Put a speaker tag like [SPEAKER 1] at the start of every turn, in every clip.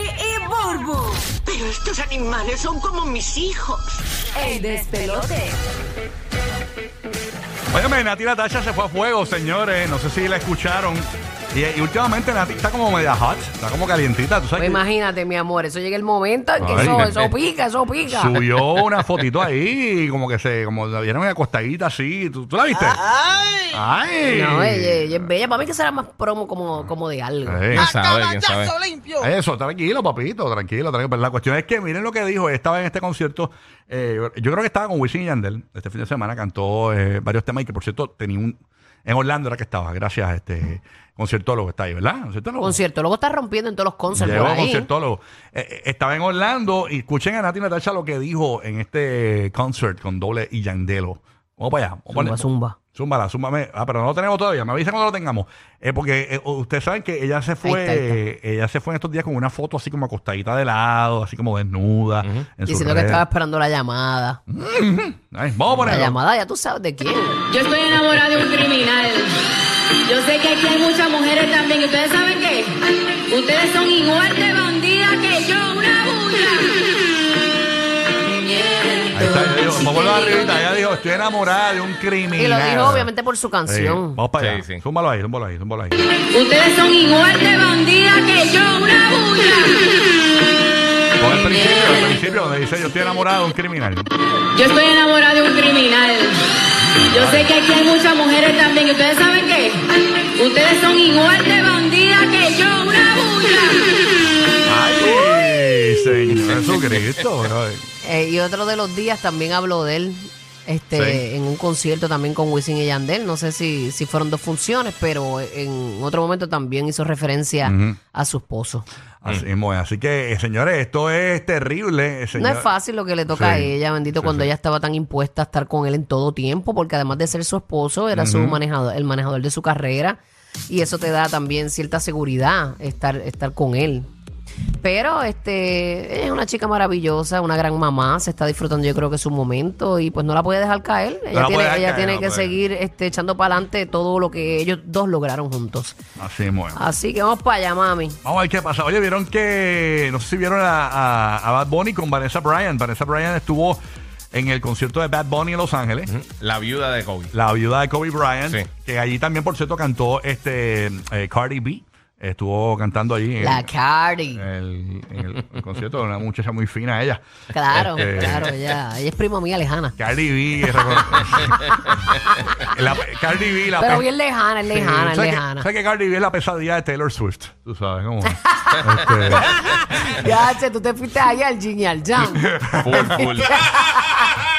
[SPEAKER 1] y Burbu.
[SPEAKER 2] Pero estos animales son como mis hijos.
[SPEAKER 1] El despelote.
[SPEAKER 3] Óyeme, Nati Natasha se fue a fuego, señores. No sé si la escucharon. Y, y últimamente Nati está como media hot, está como calientita, tú
[SPEAKER 4] Pues
[SPEAKER 3] sabes. que
[SPEAKER 4] imagínate, mi amor, eso llega el momento en que
[SPEAKER 3] Ay.
[SPEAKER 4] eso, eso pica, eso pica.
[SPEAKER 3] Subió una fotito ahí, como que se, como la vieron acostadita así. ¿Tú, tú la viste? ¡Ay! ¡Ay!
[SPEAKER 4] No, ella, ella es bella. Para mí que será más promo como, como de algo.
[SPEAKER 3] Ey,
[SPEAKER 5] sabe, quién sabe.
[SPEAKER 3] Eso, tranquilo, papito, tranquilo, tranquilo. Pero la cuestión es que miren lo que dijo. Estaba en este concierto. eh, yo creo que estaba con Wisin y Yandel este fin de semana. Cantó eh, varios temas y que, por cierto, tenía un. En Orlando era que estaba, gracias a este conciertólogo que está ahí, ¿verdad? Conciertólogo.
[SPEAKER 4] Concierto, luego está rompiendo en todos los concerts
[SPEAKER 3] Llegó
[SPEAKER 4] por ahí.
[SPEAKER 3] conciertólogo. Eh, eh, estaba en Orlando y escuchen a Nati Natasha lo que dijo en este concert con doble y Yandelo. Vamos para allá. Vamos
[SPEAKER 4] Zumba,
[SPEAKER 3] para-
[SPEAKER 4] zumba.
[SPEAKER 3] Zúmbala, zúmbame. Ah, pero no lo tenemos todavía. Me avisa cuando lo tengamos. Eh, porque eh, ustedes saben que ella se fue,
[SPEAKER 4] está, ahí está.
[SPEAKER 3] eh, ella se fue en estos días con una foto así como acostadita de lado, así como desnuda. en sus
[SPEAKER 4] Diciendo que
[SPEAKER 3] redes.
[SPEAKER 4] estaba esperando la llamada.
[SPEAKER 3] Ay, vamos a
[SPEAKER 4] La
[SPEAKER 3] ponerlo.
[SPEAKER 4] llamada, ya tú sabes de quién.
[SPEAKER 6] Yo estoy enamorada de un criminal. Yo sé que aquí hay muchas mujeres también. ¿Y ¿Ustedes saben qué? Ustedes son igual de bandidas que yo, una
[SPEAKER 3] Ahí está,
[SPEAKER 6] bulla.
[SPEAKER 3] ella dijo, vamos a volver arribita. Ella dijo, estoy enamorada de un criminal.
[SPEAKER 4] Y lo dijo obviamente por su
[SPEAKER 3] Sí,
[SPEAKER 4] canción.
[SPEAKER 3] vamos para allá.
[SPEAKER 5] Sí, sí.
[SPEAKER 3] Zúmbalo ahí, zúmbalo ahí, zúmbalo ahí.
[SPEAKER 6] Ustedes son igual de bandidas que yo, una bulla.
[SPEAKER 3] Con el principio, el principio donde dice yo estoy enamorado de un criminal.
[SPEAKER 6] Yo estoy enamorada de un criminal. Yo sé que aquí hay muchas mujeres también. ¿Y ¿Ustedes saben qué? Ustedes son igual de bandidas que yo, una bulla.
[SPEAKER 3] ¡Ay! Señor Jesucristo. bro.
[SPEAKER 4] Eh, y otro de los días también habló de él este,
[SPEAKER 3] Sí.
[SPEAKER 4] en un concierto también con Wisin y Yandel. No sé si, si fueron dos funciones, pero en otro momento también hizo referencia a su esposo.
[SPEAKER 3] Así, mismo es. Así que, eh, señores, esto es terrible. eh,
[SPEAKER 4] No
[SPEAKER 3] señor.
[SPEAKER 4] es fácil lo que le toca a
[SPEAKER 3] Sí,
[SPEAKER 4] ella, bendito,
[SPEAKER 3] sí,
[SPEAKER 4] cuando
[SPEAKER 3] sí.
[SPEAKER 4] ella estaba tan impuesta a estar con él en todo tiempo, porque además de ser su esposo, era su manejador, el manejador de su carrera, y eso te da también cierta seguridad estar, estar con él. Pero este ella es una chica maravillosa, una gran mamá, se está disfrutando yo creo que su momento y pues no la puede dejar caer. Ella
[SPEAKER 3] la puede
[SPEAKER 4] tiene,
[SPEAKER 3] dejar
[SPEAKER 4] ella
[SPEAKER 3] caer,
[SPEAKER 4] tiene
[SPEAKER 3] no la
[SPEAKER 4] que
[SPEAKER 3] puede dejar.
[SPEAKER 4] seguir este, echando para adelante todo lo que ellos dos lograron juntos.
[SPEAKER 3] Así mismo es.
[SPEAKER 4] Así que vamos para allá, mami.
[SPEAKER 3] Vamos a ver qué pasa. Oye, vieron que. No sé si vieron a, a- a Bad Bunny con Vanessa Bryan. Vanessa Bryan estuvo en el concierto de Bad Bunny en Los Ángeles.
[SPEAKER 5] La viuda de Kobe.
[SPEAKER 3] La viuda de Kobe Bryant.
[SPEAKER 5] Sí.
[SPEAKER 3] Que allí también, por cierto, cantó este eh, Cardi B. Estuvo cantando allí en,
[SPEAKER 4] La Cardi.
[SPEAKER 3] en el, en el concierto de una muchacha muy fina ella.
[SPEAKER 4] Claro,
[SPEAKER 3] Este-
[SPEAKER 4] claro, ella, ella es prima mía lejana.
[SPEAKER 3] Cardi B. que recono- La- Cardi B, la
[SPEAKER 4] Pero
[SPEAKER 3] pe-
[SPEAKER 4] bien lejana, es
[SPEAKER 3] Sí,
[SPEAKER 4] lejana, es
[SPEAKER 3] ¿sabes que-
[SPEAKER 4] lejana.
[SPEAKER 3] ¿Sabes que Cardi B es la pesadilla de Taylor Swift? Tú sabes cómo. es? Este,
[SPEAKER 4] Ya, che, tú te fuiste ahí al gin y al jam.
[SPEAKER 5] Full, full.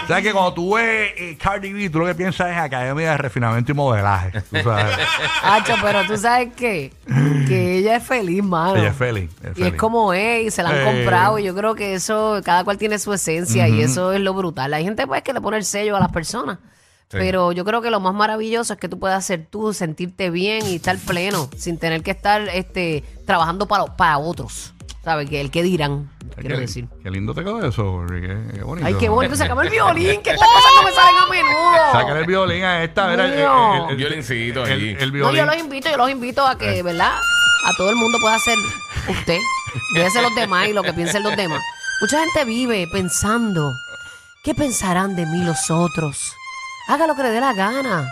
[SPEAKER 3] ¿Sabes que cuando tú ves eh, Cardi B, tú lo que piensas es academia de refinamiento y modelaje? Tú sabes.
[SPEAKER 4] Hacho, pero tú sabes qué? Que ella es feliz, mano.
[SPEAKER 3] Ella es feliz.
[SPEAKER 4] Y es como es, y se la han
[SPEAKER 3] Eh.
[SPEAKER 4] comprado. Y yo creo que eso, cada cual tiene su esencia y eso es lo brutal. Hay gente pues que le pone el sello a las personas. Pero yo creo que lo más maravilloso es que tú puedas ser tú, sentirte bien y estar pleno, sin tener que estar este trabajando para, para otros. ¿Sabes? Que el que dirán, quiero
[SPEAKER 3] qué,
[SPEAKER 4] decir.
[SPEAKER 3] Qué lindo te quedó eso, Ricky. eh, Qué bonito.
[SPEAKER 4] Ay, qué bonito, se acabó el violín, que estas cosas no me salen a menudo.
[SPEAKER 3] Sácale el violín a esta, mira,
[SPEAKER 4] Mío.
[SPEAKER 5] Violincito
[SPEAKER 3] el,
[SPEAKER 5] ahí.
[SPEAKER 3] el
[SPEAKER 4] No,
[SPEAKER 3] violín. Eh.
[SPEAKER 4] yo los invito, yo los invito a que, ¿verdad? A todo el mundo pueda ser usted. Puede ser los demás y lo que piensen los demás. Mucha gente vive pensando, ¿qué pensarán de mí los otros? Haga lo que le dé la gana.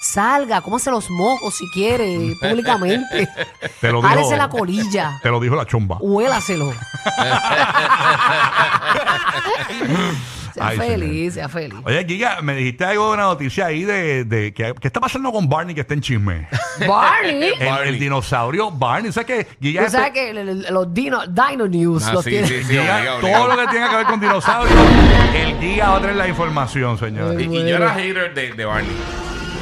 [SPEAKER 4] Salga, cómase los mocos si quiere, públicamente.
[SPEAKER 3] Te lo digo.
[SPEAKER 4] Jálese la colilla.
[SPEAKER 3] Te lo dijo la chumba.
[SPEAKER 4] Huélaselo. Sea
[SPEAKER 3] Ay,
[SPEAKER 4] feliz,
[SPEAKER 3] señor.
[SPEAKER 4] sea feliz.
[SPEAKER 3] Oye, Giga, me dijiste algo de una noticia ahí de, de que, que está pasando con Barney que está en chisme.
[SPEAKER 4] Barney.
[SPEAKER 3] El,
[SPEAKER 5] Barney.
[SPEAKER 3] el dinosaurio Barney. ¿Sabes qué? Giga,
[SPEAKER 4] Tú
[SPEAKER 3] es-
[SPEAKER 4] sabes que el- el- los Dino, Dino News
[SPEAKER 5] Ah,
[SPEAKER 4] los
[SPEAKER 5] sí,
[SPEAKER 4] tiene.
[SPEAKER 5] sí, sí,
[SPEAKER 3] Giga,
[SPEAKER 5] obligado,
[SPEAKER 3] todo
[SPEAKER 5] obligado.
[SPEAKER 3] lo que tiene que ver con dinosaurios, el Giga va a traer la información, señor.
[SPEAKER 5] Y, y yo era hater de, de Barney.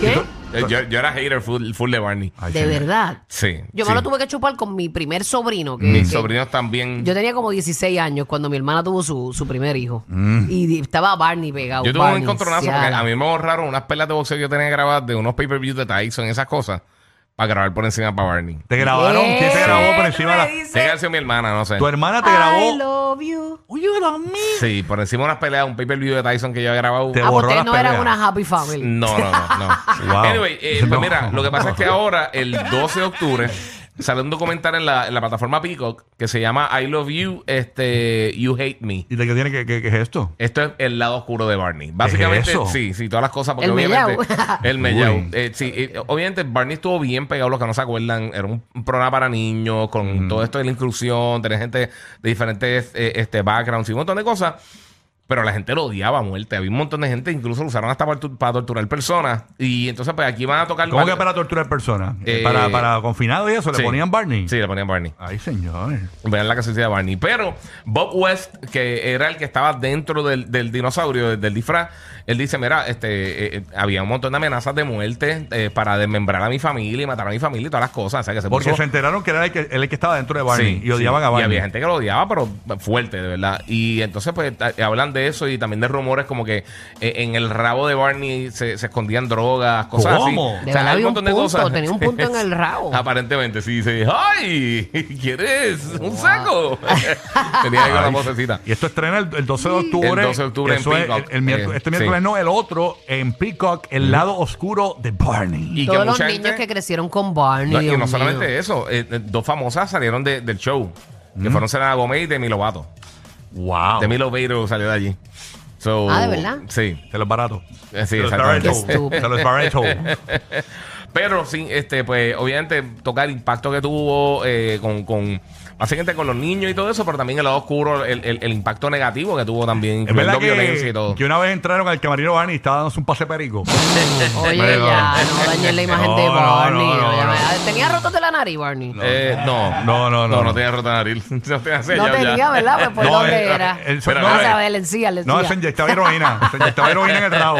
[SPEAKER 4] ¿Qué?
[SPEAKER 5] Eh, Yo, yo era hater full, full de Barney.
[SPEAKER 4] De verdad.
[SPEAKER 5] Sí.
[SPEAKER 4] Yo
[SPEAKER 5] sí.
[SPEAKER 4] me lo tuve que chupar con mi primer sobrino. Que,
[SPEAKER 5] Mis
[SPEAKER 4] que-
[SPEAKER 5] sobrinos también.
[SPEAKER 4] Yo tenía como 16 años cuando mi hermana tuvo su, su primer hijo. Y di- estaba Barney pegado.
[SPEAKER 5] Yo tuve un
[SPEAKER 4] Barney,
[SPEAKER 5] encontronazo
[SPEAKER 4] ya.
[SPEAKER 5] porque a mí me borraron unas pelas de boxeo que yo tenía grabadas de unos pay-per-views de Tyson, esas cosas, para grabar por encima para Barney.
[SPEAKER 3] Te grabaron, ¿quién te
[SPEAKER 4] ¿Qué?
[SPEAKER 3] grabó por
[SPEAKER 4] ¿Tú
[SPEAKER 3] encima? de
[SPEAKER 4] me
[SPEAKER 3] la-
[SPEAKER 4] dices?
[SPEAKER 5] Tenga que ser mi hermana, no sé.
[SPEAKER 3] Tu hermana te
[SPEAKER 4] I
[SPEAKER 3] grabó.
[SPEAKER 4] love you.
[SPEAKER 5] Sí, por encima de unas peleas, un pay-per-view de Tyson que yo había grabado.
[SPEAKER 3] Te
[SPEAKER 4] Ah, pues
[SPEAKER 3] borró
[SPEAKER 4] ustedes no
[SPEAKER 3] las
[SPEAKER 4] eran
[SPEAKER 3] peleas.
[SPEAKER 4] una happy family.
[SPEAKER 5] No, no, no. no.
[SPEAKER 3] Wow.
[SPEAKER 5] Anyway, eh, pues
[SPEAKER 3] No.
[SPEAKER 5] mira, lo que pasa es que ahora, el 12 de octubre, sale un documental en la, en la plataforma Peacock que se llama I Love You, este, You Hate Me.
[SPEAKER 3] ¿Y de qué tiene que, que- que es esto?
[SPEAKER 5] Esto es el lado oscuro de Barney. Básicamente,
[SPEAKER 3] eso?
[SPEAKER 5] sí, sí, todas las cosas. Porque
[SPEAKER 4] El
[SPEAKER 5] obviamente,
[SPEAKER 4] mellao.
[SPEAKER 5] El mellao.
[SPEAKER 3] Uy.
[SPEAKER 5] Eh, sí, eh, obviamente, Barney estuvo bien pegado, los que no se acuerdan. Era un, un programa para niños, con todo esto de la inclusión, tener gente de diferentes eh, este, backgrounds y un montón de cosas. Pero la gente lo odiaba a muerte. Había un montón de gente, incluso lo usaron hasta para, tu- para torturar personas. Y entonces, pues aquí van a tocar.
[SPEAKER 3] ¿Cómo que
[SPEAKER 5] varios-
[SPEAKER 3] para torturar personas?
[SPEAKER 5] Eh,
[SPEAKER 3] para, para confinado y eso, le
[SPEAKER 5] Sí.
[SPEAKER 3] ponían Barney.
[SPEAKER 5] Sí, le ponían Barney.
[SPEAKER 3] Ay, señor.
[SPEAKER 5] Vean la casilla de Barney. Pero Bob West, que era el que estaba dentro del, del dinosaurio, del, del disfraz, él dice, mira, este, eh, eh, había un montón de amenazas de muerte eh, para desmembrar a mi familia y matar a mi familia y todas las cosas. O sea, que se
[SPEAKER 3] Porque
[SPEAKER 5] puso-
[SPEAKER 3] se enteraron que era el que, él el que estaba dentro de Barney
[SPEAKER 5] Sí,
[SPEAKER 3] y odiaban
[SPEAKER 5] sí.
[SPEAKER 3] a
[SPEAKER 5] Y
[SPEAKER 3] Barney.
[SPEAKER 5] había gente que lo odiaba, pero fuerte, de verdad. Y entonces, pues, ta- hablan de eso y también de rumores como que eh, en el rabo de Barney se, se escondían drogas, cosas
[SPEAKER 3] ¿Cómo?
[SPEAKER 5] así.
[SPEAKER 4] De verdad
[SPEAKER 5] hay
[SPEAKER 4] había un
[SPEAKER 5] montón de
[SPEAKER 4] punto, tenía un punto en el rabo.
[SPEAKER 5] Aparentemente, sí, dice, ¡ay! ¿Quieres un saco? tenía ahí con la
[SPEAKER 3] Ay,
[SPEAKER 5] vocecita.
[SPEAKER 3] Y esto estrena el, el 12 de octubre.
[SPEAKER 5] El 12 de octubre
[SPEAKER 3] que eso
[SPEAKER 5] en
[SPEAKER 3] es
[SPEAKER 5] Peacock.
[SPEAKER 3] el- el miércoles-
[SPEAKER 5] Eh,
[SPEAKER 3] este
[SPEAKER 5] sí. Mm.
[SPEAKER 3] miércoles no, el otro en Peacock, el lado oscuro de Barney.
[SPEAKER 5] Y
[SPEAKER 4] Todos los
[SPEAKER 5] mucha
[SPEAKER 4] niños
[SPEAKER 5] gente-
[SPEAKER 4] que crecieron con Barney.
[SPEAKER 5] No, y
[SPEAKER 4] Dios
[SPEAKER 5] no
[SPEAKER 4] mío.
[SPEAKER 5] solamente eso, eh, eh, dos famosas salieron de- del show,
[SPEAKER 3] Mm.
[SPEAKER 5] que fueron Selena Gomez y Demi Lovato.
[SPEAKER 3] Wow.
[SPEAKER 5] Demi Lovato salió de allí. So,
[SPEAKER 4] Ah, ¿de verdad?
[SPEAKER 3] Se
[SPEAKER 5] Sí.
[SPEAKER 3] los Este barato.
[SPEAKER 5] Eh,
[SPEAKER 3] se
[SPEAKER 5] sí,
[SPEAKER 3] los
[SPEAKER 5] exactamente.
[SPEAKER 3] barato.
[SPEAKER 4] Qué estúpido.
[SPEAKER 3] Se los barato.
[SPEAKER 5] Pero sí, este, pues, obviamente, toca el impacto que tuvo eh, con, con básicamente con los niños y todo eso, pero también el lado oscuro, el, el- el impacto negativo que tuvo también,
[SPEAKER 3] Es verdad
[SPEAKER 5] incluyendo violencia y
[SPEAKER 3] que,
[SPEAKER 5] todo.
[SPEAKER 3] que una vez entraron al camarino de Barney y estaba dándose un pase perico.
[SPEAKER 4] Oye,
[SPEAKER 3] Perdón.
[SPEAKER 4] ya, no dañes la imagen
[SPEAKER 3] No,
[SPEAKER 4] de
[SPEAKER 3] no,
[SPEAKER 4] Barney.
[SPEAKER 3] no, no,
[SPEAKER 4] oye,
[SPEAKER 3] no.
[SPEAKER 4] ya. Tenía rotos de la nariz, Barney. No,
[SPEAKER 5] Eh, no,
[SPEAKER 3] No, no, no.
[SPEAKER 5] no, no tenía rota nariz. no tenía sellado ya.
[SPEAKER 4] tenía, ¿verdad? Pues por
[SPEAKER 3] No,
[SPEAKER 4] dónde
[SPEAKER 3] eh,
[SPEAKER 4] era.
[SPEAKER 3] eh, el-
[SPEAKER 4] Pero
[SPEAKER 3] no,
[SPEAKER 4] no,
[SPEAKER 3] eh,
[SPEAKER 4] sabe, le encía, le
[SPEAKER 3] No,
[SPEAKER 4] encía.
[SPEAKER 3] se inyectaba heroína. Se inyectaba heroína en el rabo.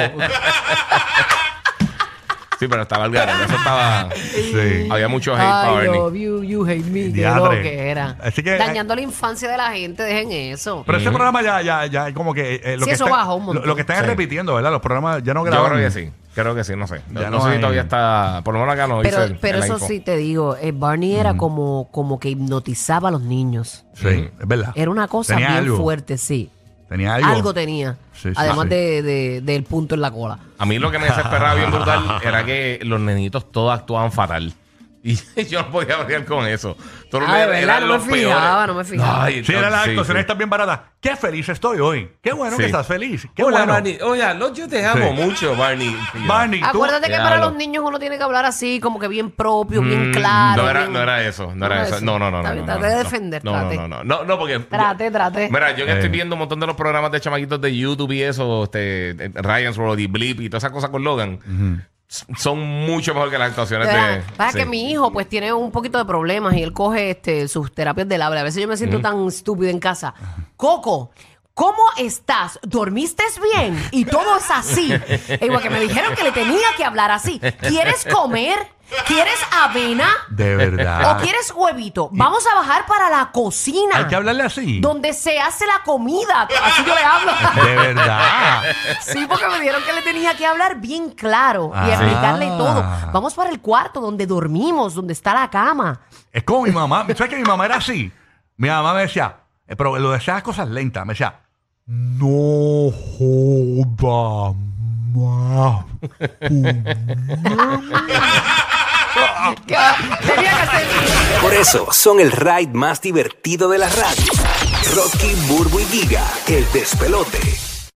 [SPEAKER 5] Sí, pero estaba el garete, eso estaba...
[SPEAKER 3] Sí.
[SPEAKER 5] Había mucho hate para
[SPEAKER 4] I
[SPEAKER 5] Bernie.
[SPEAKER 4] love you, you hate me. Qué lo
[SPEAKER 3] Diadre.
[SPEAKER 4] que era.
[SPEAKER 3] Así que-
[SPEAKER 4] Dañando la infancia de la gente, dejen eso.
[SPEAKER 3] Pero ese programa ya, ya, ya, como que. eh, lo
[SPEAKER 4] Sí,
[SPEAKER 3] que
[SPEAKER 4] eso
[SPEAKER 3] están,
[SPEAKER 4] bajó un
[SPEAKER 3] lo- Lo,
[SPEAKER 4] montón.
[SPEAKER 3] que están es
[SPEAKER 5] Sí.
[SPEAKER 3] repitiendo, ¿verdad? Los programas ya no
[SPEAKER 5] Yo
[SPEAKER 3] graban.
[SPEAKER 5] creo que sí, creo que sí, no sé.
[SPEAKER 3] Ya
[SPEAKER 5] no,
[SPEAKER 3] no
[SPEAKER 5] sé
[SPEAKER 3] hay-
[SPEAKER 5] si todavía está... Por lo menos acá no
[SPEAKER 4] Pero,
[SPEAKER 5] dice el-
[SPEAKER 4] pero
[SPEAKER 5] el
[SPEAKER 4] eso
[SPEAKER 5] info.
[SPEAKER 4] sí te digo, eh, Barney era como, como que hipnotizaba a los niños.
[SPEAKER 3] Sí, es verdad.
[SPEAKER 4] Era una cosa
[SPEAKER 3] Ah. Tenía
[SPEAKER 4] bien
[SPEAKER 3] algo.
[SPEAKER 4] fuerte, sí.
[SPEAKER 3] Tenía algo.
[SPEAKER 4] Algo, tenía.
[SPEAKER 3] Sí, sí,
[SPEAKER 4] además
[SPEAKER 3] sí.
[SPEAKER 4] De, de- del punto en la cola.
[SPEAKER 5] A mí lo que me desesperaba bien brutal era que los nenitos todos actuaban fatal. Y yo no podía bregar con eso. Todos los
[SPEAKER 4] Ah, de
[SPEAKER 5] nenes
[SPEAKER 4] verdad, no me
[SPEAKER 5] los
[SPEAKER 4] fijaba,
[SPEAKER 5] peores.
[SPEAKER 4] no me fijaba.
[SPEAKER 5] Ay,
[SPEAKER 3] Sí, era la
[SPEAKER 5] sí,
[SPEAKER 3] actuación
[SPEAKER 5] sí.
[SPEAKER 3] está bien barata. Qué feliz estoy hoy. Qué bueno
[SPEAKER 5] Sí.
[SPEAKER 3] que estás feliz. Qué
[SPEAKER 5] Hola,
[SPEAKER 3] bueno.
[SPEAKER 5] Barney. Hola, no, yo te amo
[SPEAKER 3] Sí.
[SPEAKER 5] mucho, Barney.
[SPEAKER 3] Barney, tú.
[SPEAKER 4] Acuérdate que
[SPEAKER 5] Ya
[SPEAKER 4] para
[SPEAKER 5] lo-
[SPEAKER 4] los niños uno tiene que hablar así, como que bien propio, bien
[SPEAKER 5] Mm,
[SPEAKER 4] claro.
[SPEAKER 5] No era,
[SPEAKER 4] bien-
[SPEAKER 5] no era eso, no era eso. No, no, no, no.
[SPEAKER 4] Está bien,
[SPEAKER 5] no, no,
[SPEAKER 4] Traté de
[SPEAKER 5] no.
[SPEAKER 4] defender,
[SPEAKER 5] No,
[SPEAKER 4] traté.
[SPEAKER 5] No, no, no, no, no, porque.
[SPEAKER 4] Traté, traté.
[SPEAKER 5] Mira, yo que
[SPEAKER 3] Eh.
[SPEAKER 5] estoy viendo un montón de los programas de chamaquitos de YouTube y eso, este, eh, Ryan's World y Blip y todas esas cosas con Logan, s- son mucho mejor que las actuaciones
[SPEAKER 4] ¿Verdad?
[SPEAKER 5] Pues de.
[SPEAKER 4] Pasa
[SPEAKER 5] sí.
[SPEAKER 4] que mi hijo pues tiene un poquito de problemas y él coge este, sus terapias del habla. A veces yo me siento tan estúpida en casa. Coco, ¿cómo estás? ¿Dormiste bien? Y todo es así. E Igual que me dijeron que le tenía que hablar así. ¿Quieres comer? ¿Quieres avena?
[SPEAKER 3] De
[SPEAKER 4] ¿O
[SPEAKER 3] verdad.
[SPEAKER 4] quieres huevito? Vamos a bajar para la cocina.
[SPEAKER 3] Ah. Hay que hablarle así.
[SPEAKER 4] Donde se hace la comida. Así yo le hablo.
[SPEAKER 3] De verdad.
[SPEAKER 4] Sí, porque me dijeron que le tenía que hablar bien claro y
[SPEAKER 3] Ah.
[SPEAKER 4] explicarle todo. Vamos para el cuarto donde dormimos, donde está la cama.
[SPEAKER 3] Es como mi mamá. ¿Sabes que mi mamá era así? Mi mamá me decía, eh, pero lo decía las cosas lentas. Me decía, no joda más.
[SPEAKER 4] tenía que hacer.
[SPEAKER 7] Por eso son el ride más divertido de la radio. Rocky, Burbu y Giga, el despelote.